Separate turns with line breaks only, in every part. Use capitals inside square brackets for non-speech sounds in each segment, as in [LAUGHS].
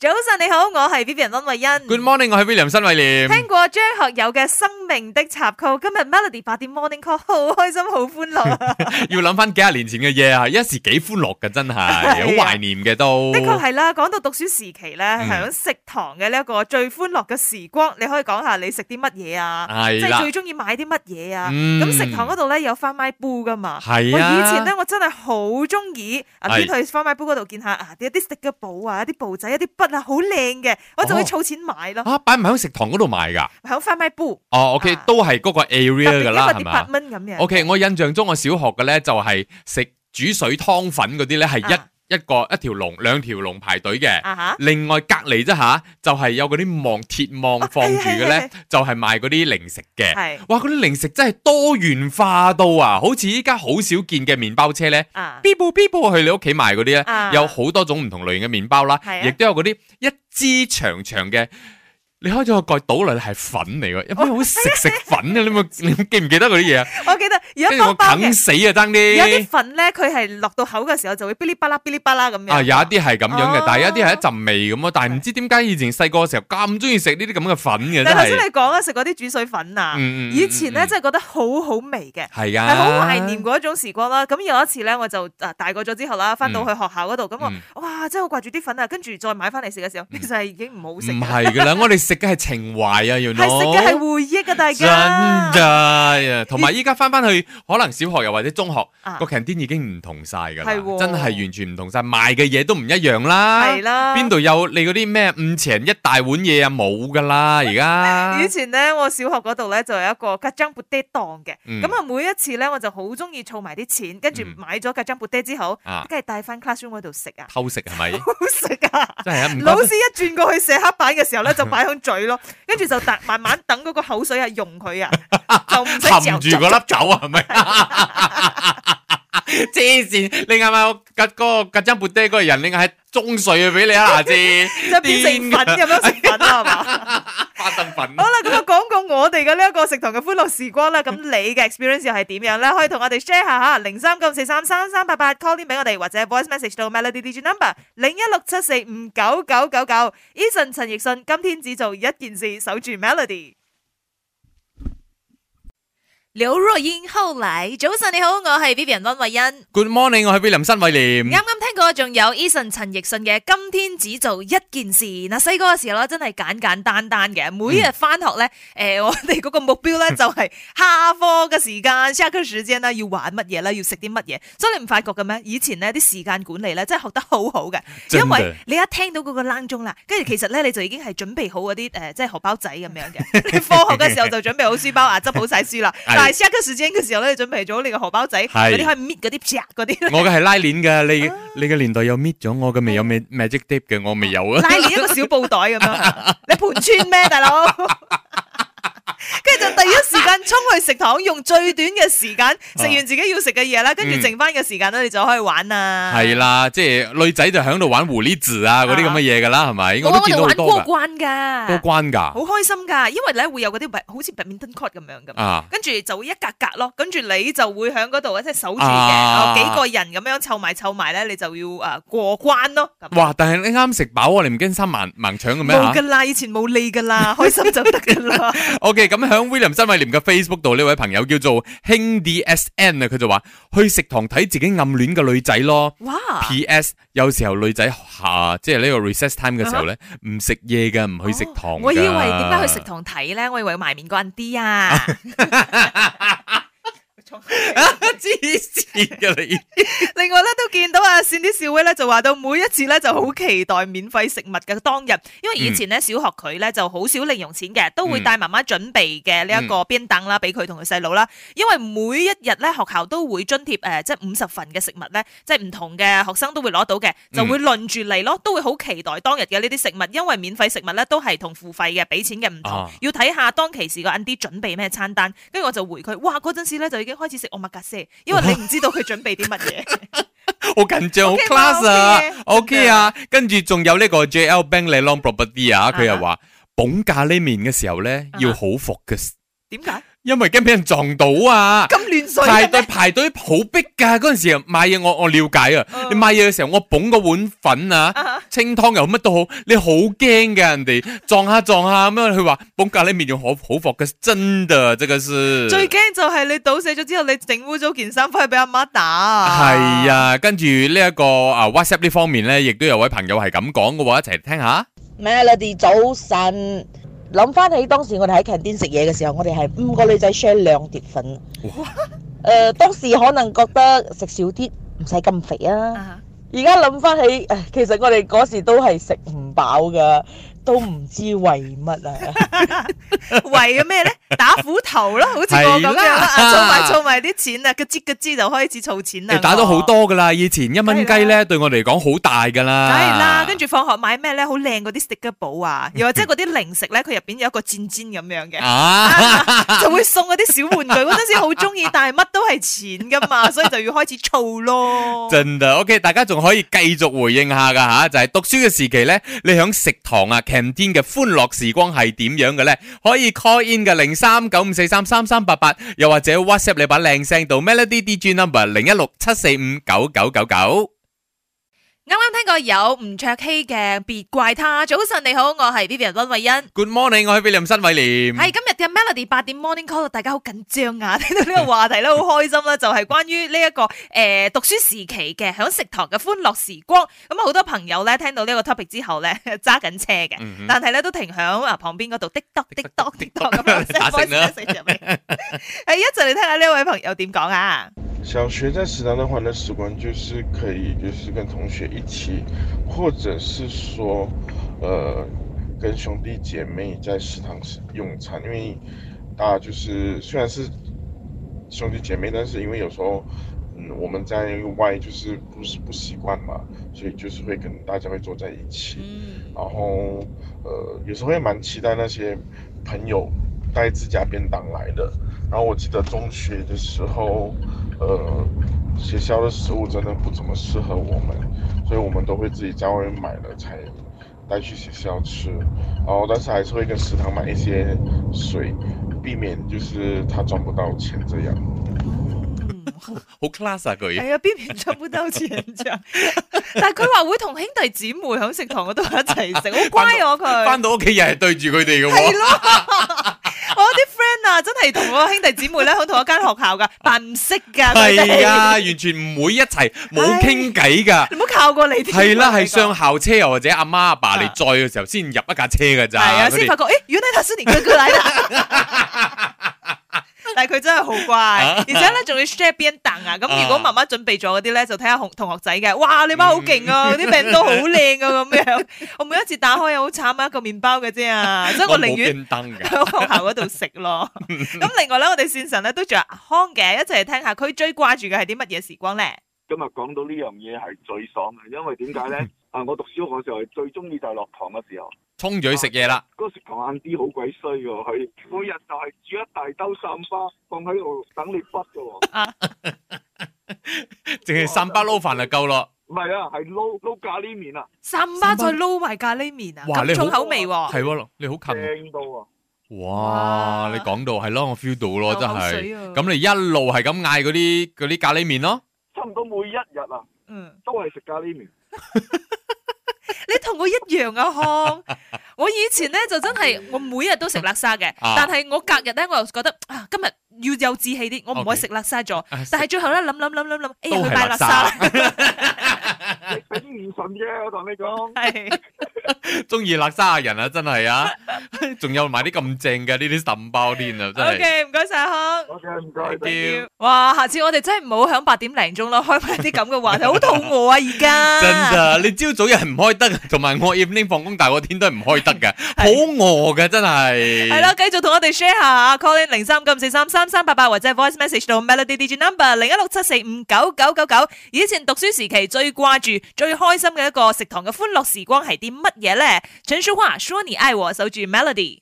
早晨你好，我係 Vivian 温慧欣。
Good morning，我係 William 新偉廉。
聽過張學友嘅《生命的插曲》，今日 Melody 八點 Morning Call 好開心，好歡樂。啊
[LAUGHS] 啊要諗翻幾廿年前嘅嘢啊，一時幾歡樂嘅，真係好懷念嘅都。
啊的確係啦，講到讀書時期咧，
嗯
響食堂嘅呢一個最歡樂嘅時光，你可以講下你食啲乜嘢啊？即
係
係
啦
最，中意買啲乜嘢啊？
嗯
咁食堂嗰度咧有翻咪煲噶嘛？我
係啊。
以前咧，我真係好中意啊，
係
邊去翻咪煲嗰度見下啊，有啲食嘅簿啊，啲簿仔，一啲筆啊，好靚嘅，我就會
哦
儲錢買咯。
啊，擺唔喺食堂嗰度賣㗎。
響翻咪煲，
哦，OK，
啊
都係嗰個
特
area
別
㗎
一
啦，
個
係
啲
嘛
八？蚊咁樣。
O.K. 我印象中我小學嘅咧就係食煮水湯粉嗰啲咧係一、
啊
一個一條龍兩條龍排隊嘅。
啊哈，
另外隔離啫吓，就係、有嗰啲網鐵網放住
哦係
嘅
係
咧，就係賣嗰啲零食嘅。
係
哇！嗰啲零食真係多元化到啊，好似依家好少見嘅麵包車咧
啊，
，B 部 B 部去你屋企買嗰啲咧，
啊
有好多種唔同類型嘅麵包啦
係，啊
亦都有嗰啲一支長長嘅。你開咗個蓋倒落嚟係粉嚟嘅，有咩好食食粉啊？你咪你記唔記得嗰啲嘢啊？
我記得有一
跟住
包
我
包
啃
嘅，
死啊！爭
有啲
啲
粉咧，佢係落到口嘅時候就會噼哩啪啦噼哩啪啦咁樣。
啊，有一啲係咁樣嘅
哦，
但係有一啲係一陣味咁咯。但係唔知點解以前細個嘅時候咁中意食呢啲咁嘅粉嘅，真
但係頭
係
先你講啊，食嗰啲煮水粉啊，
嗯嗯嗯啊
以前
嗯
咧
嗯
真係覺得好好味嘅。
係
係
噶，
好懷念嗰一種時光啦。咁有一次咧，我就啊大個咗之後啦，翻到去學校嗰度，咁
嗯
我哇真係好掛住啲粉啊，跟住再買翻嚟食嘅時候，其實係已經唔好食
唔
㗎，
係噶啦，我哋食嘅係情懷啊，原來
係食嘅係回憶啊，大
真
家。
㗎，啊同埋依家翻翻去可能小學又或者中學
啊
個 canteen 已經唔同晒㗎啦
係，喎
真係完全唔同晒，賣嘅嘢都唔一樣啦。
係啦
邊度有你嗰啲咩五錢一大碗嘢啊？冇㗎啦，而
[LAUGHS]
家
以前咧，我小學嗰度咧就有一個吉張缽爹檔嘅，
嗯
咁啊每一次咧我就好中意儲埋啲錢，跟住
嗯
買咗吉張缽爹之後
啊，
跟住帶翻 classroom 嗰度食
[LAUGHS]
啊，
偷食係咪？
好食啊！
真
[LAUGHS]
係啊，唔
老
該
師一轉過去寫黑板嘅時
[LAUGHS]
候咧，就擺響嘴咯，跟住就等慢慢等嗰個口水啊溶佢
[LAUGHS]
啊，就唔使
含
嚼
住嗰粒酒啊，係咪？ [LAUGHS] 黐線！你嗌埋我吉嗰個吉張缽爹嗰個人，你嗌中水啊俾你啊， [LAUGHS] 下次
就變成粉咁樣食粉啊啦，係
[LAUGHS]
嘛？ [LAUGHS]
花生粉
好。啦，咁啊講過我哋嘅呢一個食堂嘅歡樂時光啦，咁你嘅 experience 又係點樣咧？可以同我哋 share 下吓，零三九四三三三八八 call in 俾我哋，或者 voice message 到 melody DJ number 零一六七四五九九九九。Eason 陳奕迅今天只做一件事，守住 melody。劉若英後來，早晨你好，我係 Vivian 温慧欣。
[LAUGHS] Good morning，我係 William 新偉
啱
廉。
啱聽過，仲有 Eason 陳奕迅嘅《今天只做一件事》。嗱，細個嘅時候咧，真係簡簡單單嘅。每
嗯
日翻學 [LAUGHS] 咧，誒、我哋嗰個目標
[LAUGHS]
咧就係下課嘅時間、下課時間啦，要玩乜嘢啦，要食啲乜嘢。所以你唔發覺嘅咩？以前呢啲時間管理咧，真係學得好好嘅。
真嘅
因為你一聽到嗰個冷鐘啦，跟住其實咧你就已經係準備好嗰啲誒，即係荷包仔咁樣嘅。
[LAUGHS]
你放學嘅時候就準備好書包啊，執好晒書啦。但係下課時間嘅時候咧，你準備咗你嘅荷包仔，嗰
係
啲可以搣嗰啲啪嗰啲呢
我嘅係拉鏈嘅，你你嘅年代有搣咗，我嘅未有 ma- magic tape 嘅，我未有啊。
拉連一個小布袋咁
[LAUGHS]
樣，你盤穿咩，大佬？跟住就第一時間衝去食堂，用最短嘅時間
啊
食完自己要食嘅嘢啦，跟住剩翻嘅時間咧，你就可以玩啦。
嗯係啦，即係女仔就喺度玩狐狸字啊，嗰啲咁嘅嘢噶啦，係咪？
我
我都
我哋
見到好
玩過
多噶，
關
都
㗎，
關噶
好開心㗎，因為咧會有嗰啲白好似 badminton court 咁樣咁。
啊！
跟住就會一格格咯，跟住你就會喺嗰度即係守住嘅，
啊
哦幾個人咁樣湊埋湊埋咧，你就要誒過關咯。咁
哇！啊但係你啱食飽啊，你唔驚生盲盲腸嘅咩
冇
吓
㗎啦，以前冇理㗎啦，開心就得㗎
[LAUGHS]
啦。
？OK，咁響 William 新偉廉嘅 Facebook 度呢位朋友叫做興 DSN 啊，佢就話去食堂睇自己暗戀嘅女仔咯。
哇！
P.S. 有時候女仔下即係呢個 recess time 嘅時候咧，唔食嘢嘅，唔去食堂㗎。
啊哦我以為點解去食堂睇咧？我以為埋面嗰人啲啊。
[LAUGHS] 黐線嘅你。
另外咧都見到啊，善啲少威咧就話到每一次咧就好期待免費食物嘅當日，因為以前咧小學佢咧就好少零用錢嘅，都會帶媽媽準備嘅呢一個邊凳啦，俾佢同佢細佬啦。因為每一日咧學校都會津貼誒、呃即係五十份嘅食物咧，即係唔同嘅學生都會攞到嘅，就會輪住嚟咯，都會好期待當日嘅呢啲食物，因為免費食物咧都係同付費嘅俾錢嘅唔同，
啊
要睇下當其時個 Andy 準備咩餐單，跟住我就回佢，哇嗰陣時咧就已經開始食我麥格西，因為你唔知道佢準備啲乜嘢。
好緊張，好
OK 嘛
class 啊
，OK 嘅
，OK 啊，跟住仲有呢個 JL Bank Lelong Property 啊，佢又
啊
話捧咖喱麵嘅時候咧
啊
要好 focus，
點解？
因為驚俾人撞到啊！
[LAUGHS] 咁亂
[LAUGHS]
水
排
嘅
隊
咩？
排隊好逼㗎，嗰陣時啊買嘢我我了解啊
嗯，
你買嘢嘅時候我捧個碗粉啊
啊、
清湯又乜都好，你好驚嘅人哋撞下撞下咁樣，佢話捧咖喱麵用好好薄嘅，真的，這個是。
最驚就係你倒瀉咗之後，你整污咗件衫，翻去俾阿媽打啊！
係，啊，跟住呢一個啊 WhatsApp 呢方面咧，亦都有位朋友係咁講嘅喎，一齊聽下。
Melody 早晨，諗翻起當時我哋喺 canteen 食嘢嘅時候，我哋係五個女仔 share 兩碟粉。誒、當時可能覺得食少啲唔使咁肥啊。
啊
而家諗翻起，唉其實我哋嗰時都係食唔飽噶，都唔知為乜啊。
為嘅咩咧？打斧 [LAUGHS] 頭咯，好似我咁樣啦，啊
係啦
儲埋儲埋啲錢啊，咯吱咯吱就開始儲錢啦。
你打咗好
我，
多啊噶啦，以前一蚊雞
梗係
咧對我嚟講好大噶啦。
梗係啦。跟住放學買咩咧？好靚嗰啲 sticker 簿
[LAUGHS]
啊，又或者嗰啲零食咧，佢入邊有一個箭尖咁樣嘅。 [LAUGHS]
啊， [LAUGHS]
就會送嗰啲小玩具，嗰陣時好中意，但係乜都係錢噶嘛，所以就要開始儲咯。
[LAUGHS] 真的 OK，大家仲可以繼續回應下噶吓，就係讀書嘅時期咧，你響食堂啊 canteen 嘅歡樂時光係點樣嘅咧？可以 call in 嘅零三九五四三三三八八，又或者 WhatsApp 你把靚聲到 Melody DJ number 零一六七四五九九九九。
啱啱聽過有吳卓羲嘅《別怪他》。早晨你好，我係 Vivian 温慧欣。
Good morning，我係 William 新偉廉。
係今日嘅 Melody 八點 Morning Call，大家好緊張啊！ [LAUGHS] 聽到呢個話題咧，好開心啦，
[LAUGHS]
就係、關於呢一個誒、呃、讀書時期嘅喺食堂嘅歡樂時光。咁好多朋友咧聽到呢個 topic 之後咧 [LAUGHS] 揸緊車嘅，
嗯哼
但係咧都停響啊旁邊嗰
[LAUGHS]
度滴答滴答滴答咁
打
樣
醒啦
食咗未？
[LAUGHS]
係一陣嚟聽下呢位朋友點講啊！
小学在食堂的话呢，时光就是可以就是跟同学一起，或者是说，呃，跟兄弟姐妹在食堂吃用餐，因为大家就是虽然是兄弟姐妹，但是因为有时候，嗯，我们在外就是不是不习惯嘛，所以就是会跟大家会坐在一起。
嗯，
然后呃，有时候也蛮期待那些朋友带自家便当来的。然后我记得中学的时候，呃，学校的食物真的不怎么适合我们，所以我们都会自己在外面买了才带去学校吃。然后但是还是会跟食堂买一些水，避免就是他赚不到钱这样。
好 class 啊 [LAUGHS] 佢。
係啊，邊邊出本都好似人像， [LAUGHS] 但係佢話會同兄弟姊妹喺食堂嗰度一齊食，好乖啊我
[LAUGHS]
佢。
翻到屋企又係對住佢哋嘅
係
喎，
咯， [LAUGHS] 我啲 friend 啊，真係同我兄弟姊妹咧，喺同一間學校噶，扮唔識噶，佢
係啊，
哋，
完全唔會一齊冇傾偈㗎。
[LAUGHS] 你唔好靠過你啲。
係啦，係
係
上校車又或者阿媽阿爸
啊
你載嘅時候先入一架車㗎咋。
啊，
佢
先
哋
發覺，誒，原來他是你哥哥嚟
[LAUGHS]
啦。但係佢真係好乖，而且咧仲要 share 邊凳啊！咁
啊
如果媽媽準備咗嗰啲咧，就睇下同同學仔嘅，哇！你媽好勁
嗯
啊，嗰啲餅都好靚啊咁樣。我每一次打開又好慘啊，一個麵包嘅啫啊，所以我寧
冇
願。
邊燈
[LAUGHS]
㗎。
喺學校嗰度食
[LAUGHS]
咯。咁另外咧，我哋線上咧都仲有阿康嘅，一齊嚟聽下佢最掛住嘅係啲乜嘢時光咧？
今日講到呢樣嘢係最爽嘅，因為點解
[LAUGHS]
咧？啊，我讀小學嘅時候係最中意就係落堂嘅時候，
沖咗去食嘢啦，
嗰個食堂晏啲好鬼衰嘅喎，佢每日就係煮一大兜散花放喺度等你畢嘅喎，
淨係三巴撈飯就夠咯。
唔係啊，係撈撈咖喱麵啊，
三巴再撈埋咖喱麵啊，
哇
咁
你好
重口味喎，
[LAUGHS] 係喎，你好近喎。
正到啊！
哇！
哇
你講到係咯，我 feel 到咯，
流
真
口
係。
水啊
咁你一路係咁嗌嗰啲嗰啲咖喱麵咯。
差唔多每一日啊，
嗯，
都係食咖
[LAUGHS]
喱麵。
你同我一樣啊，
[LAUGHS]
康。我以前咧就真係我每日都食叻沙嘅，
啊
但係我隔日咧我又覺得啊，今日要有志氣啲，我唔可以
Okay
食叻沙咗。
啊
但係最後咧諗諗諗諗諗，哎呀
都係
去買
叻
叻
沙
沙啦，
你頂唔順啫，我同你講。
係
[LAUGHS] 中意辣沙嘅人啊，真 [LAUGHS] 係啊！仲有埋啲咁正嘅呢啲浸包添 [LAUGHS] 啊，真係。
OK，唔該晒康。
我嘅唔該。
Thank you
哇！下次我哋真係唔好響八點零鐘咯，開埋啲咁嘅話題，好肚餓啊！而家
[LAUGHS] 真噶，你朝早又係唔開得，同埋我 evening 放工大過天都係唔開
[LAUGHS]
得嘅，好餓嘅真係。
系咯，繼續同我哋 share 下啊 call in 零三九四三三三八八或者 voice message 到 melody D G number 零一六七四五九九九九。以前讀書時期最掛住、最開心嘅一個食堂嘅歡樂時光係啲乜嘢咧？陳淑華、Shani 愛我守住 melody。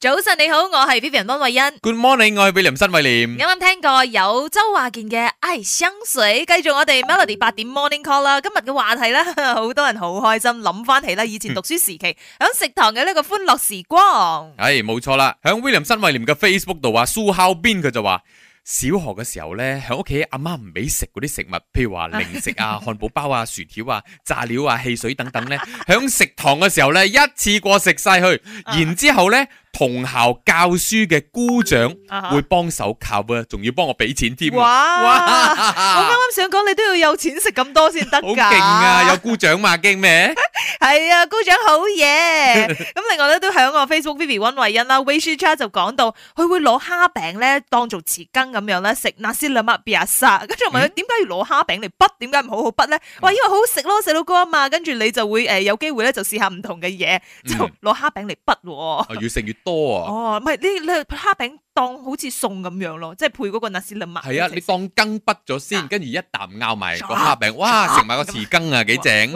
早晨你好，我係 Vivian 温慧欣。
Good morning，我系 William 新伟廉。
啱啱聽過有周華健嘅《愛香水》，繼續我哋 Melody 八點 Morning Call 啦。今日嘅話題咧， [LAUGHS] 好多人好開心，諗翻起啦，以前讀書時期喺食堂嘅呢個歡樂時光。
唉，冇錯啦，響 William 新威廉嘅 Facebook 度話蘇烤邊佢就話。小學嘅時候呢，喺屋企阿媽唔俾食嗰啲食物，譬
[LAUGHS]
如話零食啊、漢堡包啊、薯條啊、炸料啊、汽水等等呢。喺食堂嘅時候呢，一次過食晒去，
啊
然之後呢，同校教書嘅姑丈
啊哈
會幫手 cover，仲要幫我俾錢添啊。
哇！我
哇，
啱啱啊想講，你都要有錢食咁多先得㗎。
好勁啊！有姑丈嘛，驚咩？
係啊，姑丈好
[LAUGHS]
嘢。咁另外咧，都喺我 Facebook Vivi 温慧欣啦 w i s h Cha 就講到，佢會攞蝦餅咧當做匙羹咁樣咧食 n a s i l a m a b i a s
[LAUGHS]
a 跟住我
嗯
問佢點解要攞蝦餅嚟筆，點解唔好好筆咧？話因為好好食咯，細佬哥啊嘛。跟住你就會誒、呃有機會咧就試下唔同嘅嘢，就
嗯
攞蝦餅嚟筆喎。
哦越食越多啊！
哦，唔係你你蝦餅當好似餸咁樣咯，即係配嗰個 n a s i l a m a
係啊，你當羹筆咗先
啊，
跟住一啖咬埋個
唰
蝦餅，哇！食埋個匙羹啊，幾正。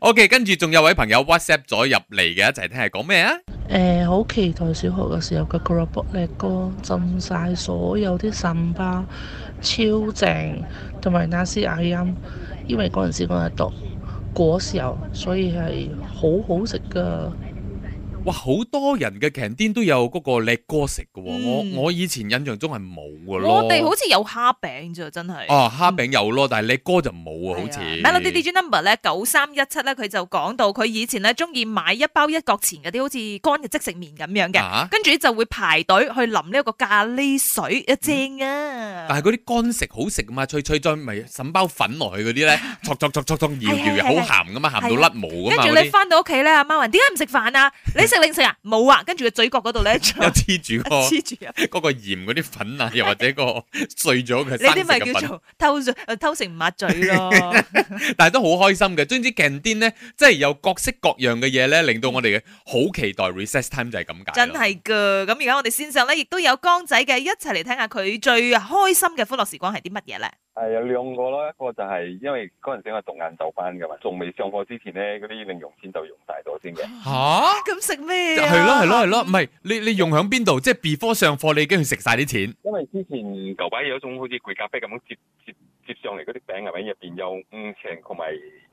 OK，跟住仲有位朋友 WhatsApp 咗入嚟嘅，一齊聽係講咩啊？
誒呃好、期待小學嘅時候嘅 g r o b o t 力哥浸晒所有啲神巴，超正，同埋那斯雅音，因為嗰陣時我係讀果時候，所以係好好食㗎。
哇，好多人嘅 canteen 都有嗰個叻哥食嘅喎，
嗯
我我以前印象中係冇嘅咯。
我哋好似有蝦餅咋，真係。
哦，蝦餅有咯，但係叻哥就冇啊，好似。
係啊 Melody DJ number 咧九三一七咧，佢就講到佢以前咧中意買一包一角錢嗰啲好似乾嘅即食麵咁樣嘅，
啊
跟住就會排隊去淋呢一個咖喱水，一正啊！
但係嗰啲乾食好食噶嘛，脆脆再咪滲包粉落去嗰啲
[LAUGHS]
咧，戳戳戳戳戳搖搖
係係係
搖，好鹹噶嘛，鹹
係啊
到甩毛
跟
噶嘛，
住
嗰
你
啲
翻到屋企咧，阿媽問點解唔食飯啊？你食零食啊？冇啊！跟住個嘴角嗰
[LAUGHS]
度咧就
又黐住個。 [LAUGHS]
黐住啊！
嗰個鹽嗰啲粉啊，又 [LAUGHS] 或
[LAUGHS]
者個碎咗嘅
你
生
啲
食
咪
嘅
叫
粉，
做偷嘴呃偷食唔抹嘴咯。
[LAUGHS] 但係啊都好開心嘅。總之 canteen 咧，即係有各式各樣嘅嘢咧，令到我哋嘅好期待 recess time 就係咁解。
真。係噶，咁而家我哋線上咧亦都有江仔嘅，一齊嚟聽下佢最開心嘅歡樂時光係啲乜嘢咧？
係有兩個咯，一個就係、因為嗰陣時我係讀晏晝班噶嘛，仲未上課之前咧，嗰啲零用錢就用晒咗先嘅。
吓？
咁食咩啊？
係咯係咯係咯，唔係你你用響邊度？即係 before 上課，你已經去食晒啲錢。
因為之前舊擺有一種好似攰咖啡咁樣接接接上嚟嗰啲餅係咪？入邊有五成同埋誒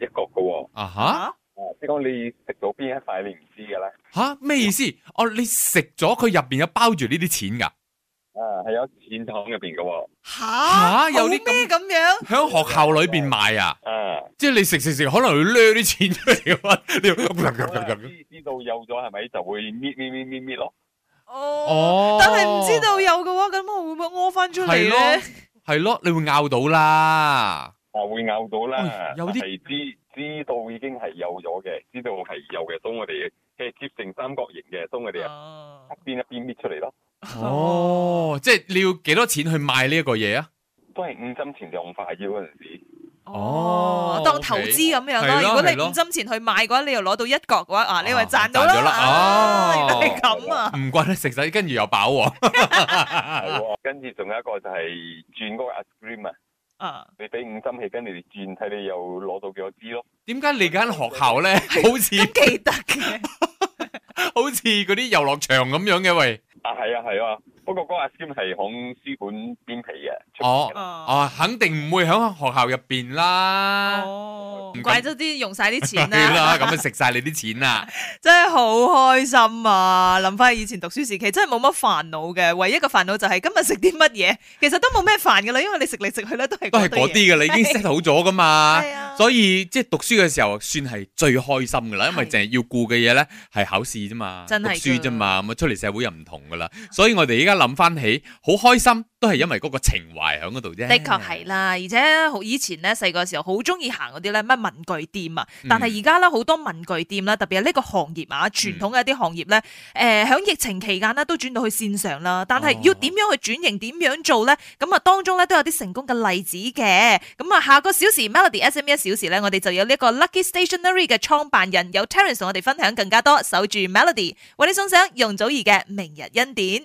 一角嘅喎、
啊吓
啊即係講你食到邊一塊你唔知㗎啦。
吓咩意思？哦，你食咗佢入邊有包住呢啲錢㗎？
啊，係有錢糖入邊嘅喎。
吓
嚇有啲
好咩咁樣？
響學校裏邊賣啊！
啊，
即係你食食食，可能佢掠啲錢出嚟嘅話，你要
知知道有咗係咪就會搣搣搣搣搣咯？
哦，
哦，
但係唔知道有嘅話，咁我會唔會屙翻出嚟
係咯
咧？，
係咯，你會拗到啦。
啊，會咬到啦，
喂有啲
但係知知道已經係有咗嘅，知道係有嘅，所以我哋即係接成三角形嘅，所以我哋啊
哦
一邊一邊搣出嚟咯，
哦，即係你要幾多錢去買呢一個嘢啊？
都係五針前兩塊腰嗰陣時。
哦
當投資咁樣啦。
係咯
如果你
係咯
五針前去買嘅話，你又攞到一角嘅話，啊，你咪
啊
賺到
賺咗
啦。
啦
啊原
哦
來係咁啊！
[LAUGHS] 唔怪得食晒，跟住又飽喎。啊
係喎跟住仲有一個就係轉嗰個 ice cream 啊，
啊，
你俾五針起，跟住你轉睇你又攞到幾多支咯。
[LAUGHS] 點解你間學
[LAUGHS]
校咧，好似
咁記得
[LAUGHS]
嘅。
好似嗰啲遊樂場咁樣嘅喂？
啊，係啊，係啊，不過嗰個 ice cream 係響書館邊皮嘅。出
哦
哦
哦，肯定唔會喺學校入邊啦。
哦，
唔
唔怪得啲用晒啲錢
係
啦。
啦，咁啊食晒你啲錢啦。
真係好開心啊！諗翻以前讀書時期，真係冇乜煩惱嘅，唯一嘅煩惱就係今日食啲乜嘢，其實都冇咩煩噶啦，因 [LAUGHS] 為你食嚟食去咧都係
都係
堆嘢
嗰啲嘅啦，已經 set 好咗
[LAUGHS]
噶嘛
係啊。
所以即係讀書嘅時候，算係最開心噶啦，因為
係
淨係要顧嘅嘢咧係考試啫嘛，
真係
讀
㗎
書啫嘛，咁啊出嚟社會又唔同噶啦。所以我哋而家諗翻起，好開心都係因為嗰個情懷喺嗰度啫。
的確係啦，而且好以前咧細個嘅時候好中意行嗰啲咧乜文具店啊，
嗯
但係而家咧好多文具店啦，特別係呢個行業啊，傳統嘅一啲行業咧，誒、喺疫情期間咧都轉到去線上啦，但係
嗯哦
要點樣去轉型，點樣做咧？咁啊當中咧都有啲成功嘅例子嘅。咁啊下個小時 Melody S M 一小時咧，我哋就有呢個 Lucky Stationery 嘅創辦人有 Terence 同我哋分享更加多，守住 Melody，為你送上容祖兒嘅《明日恩典》。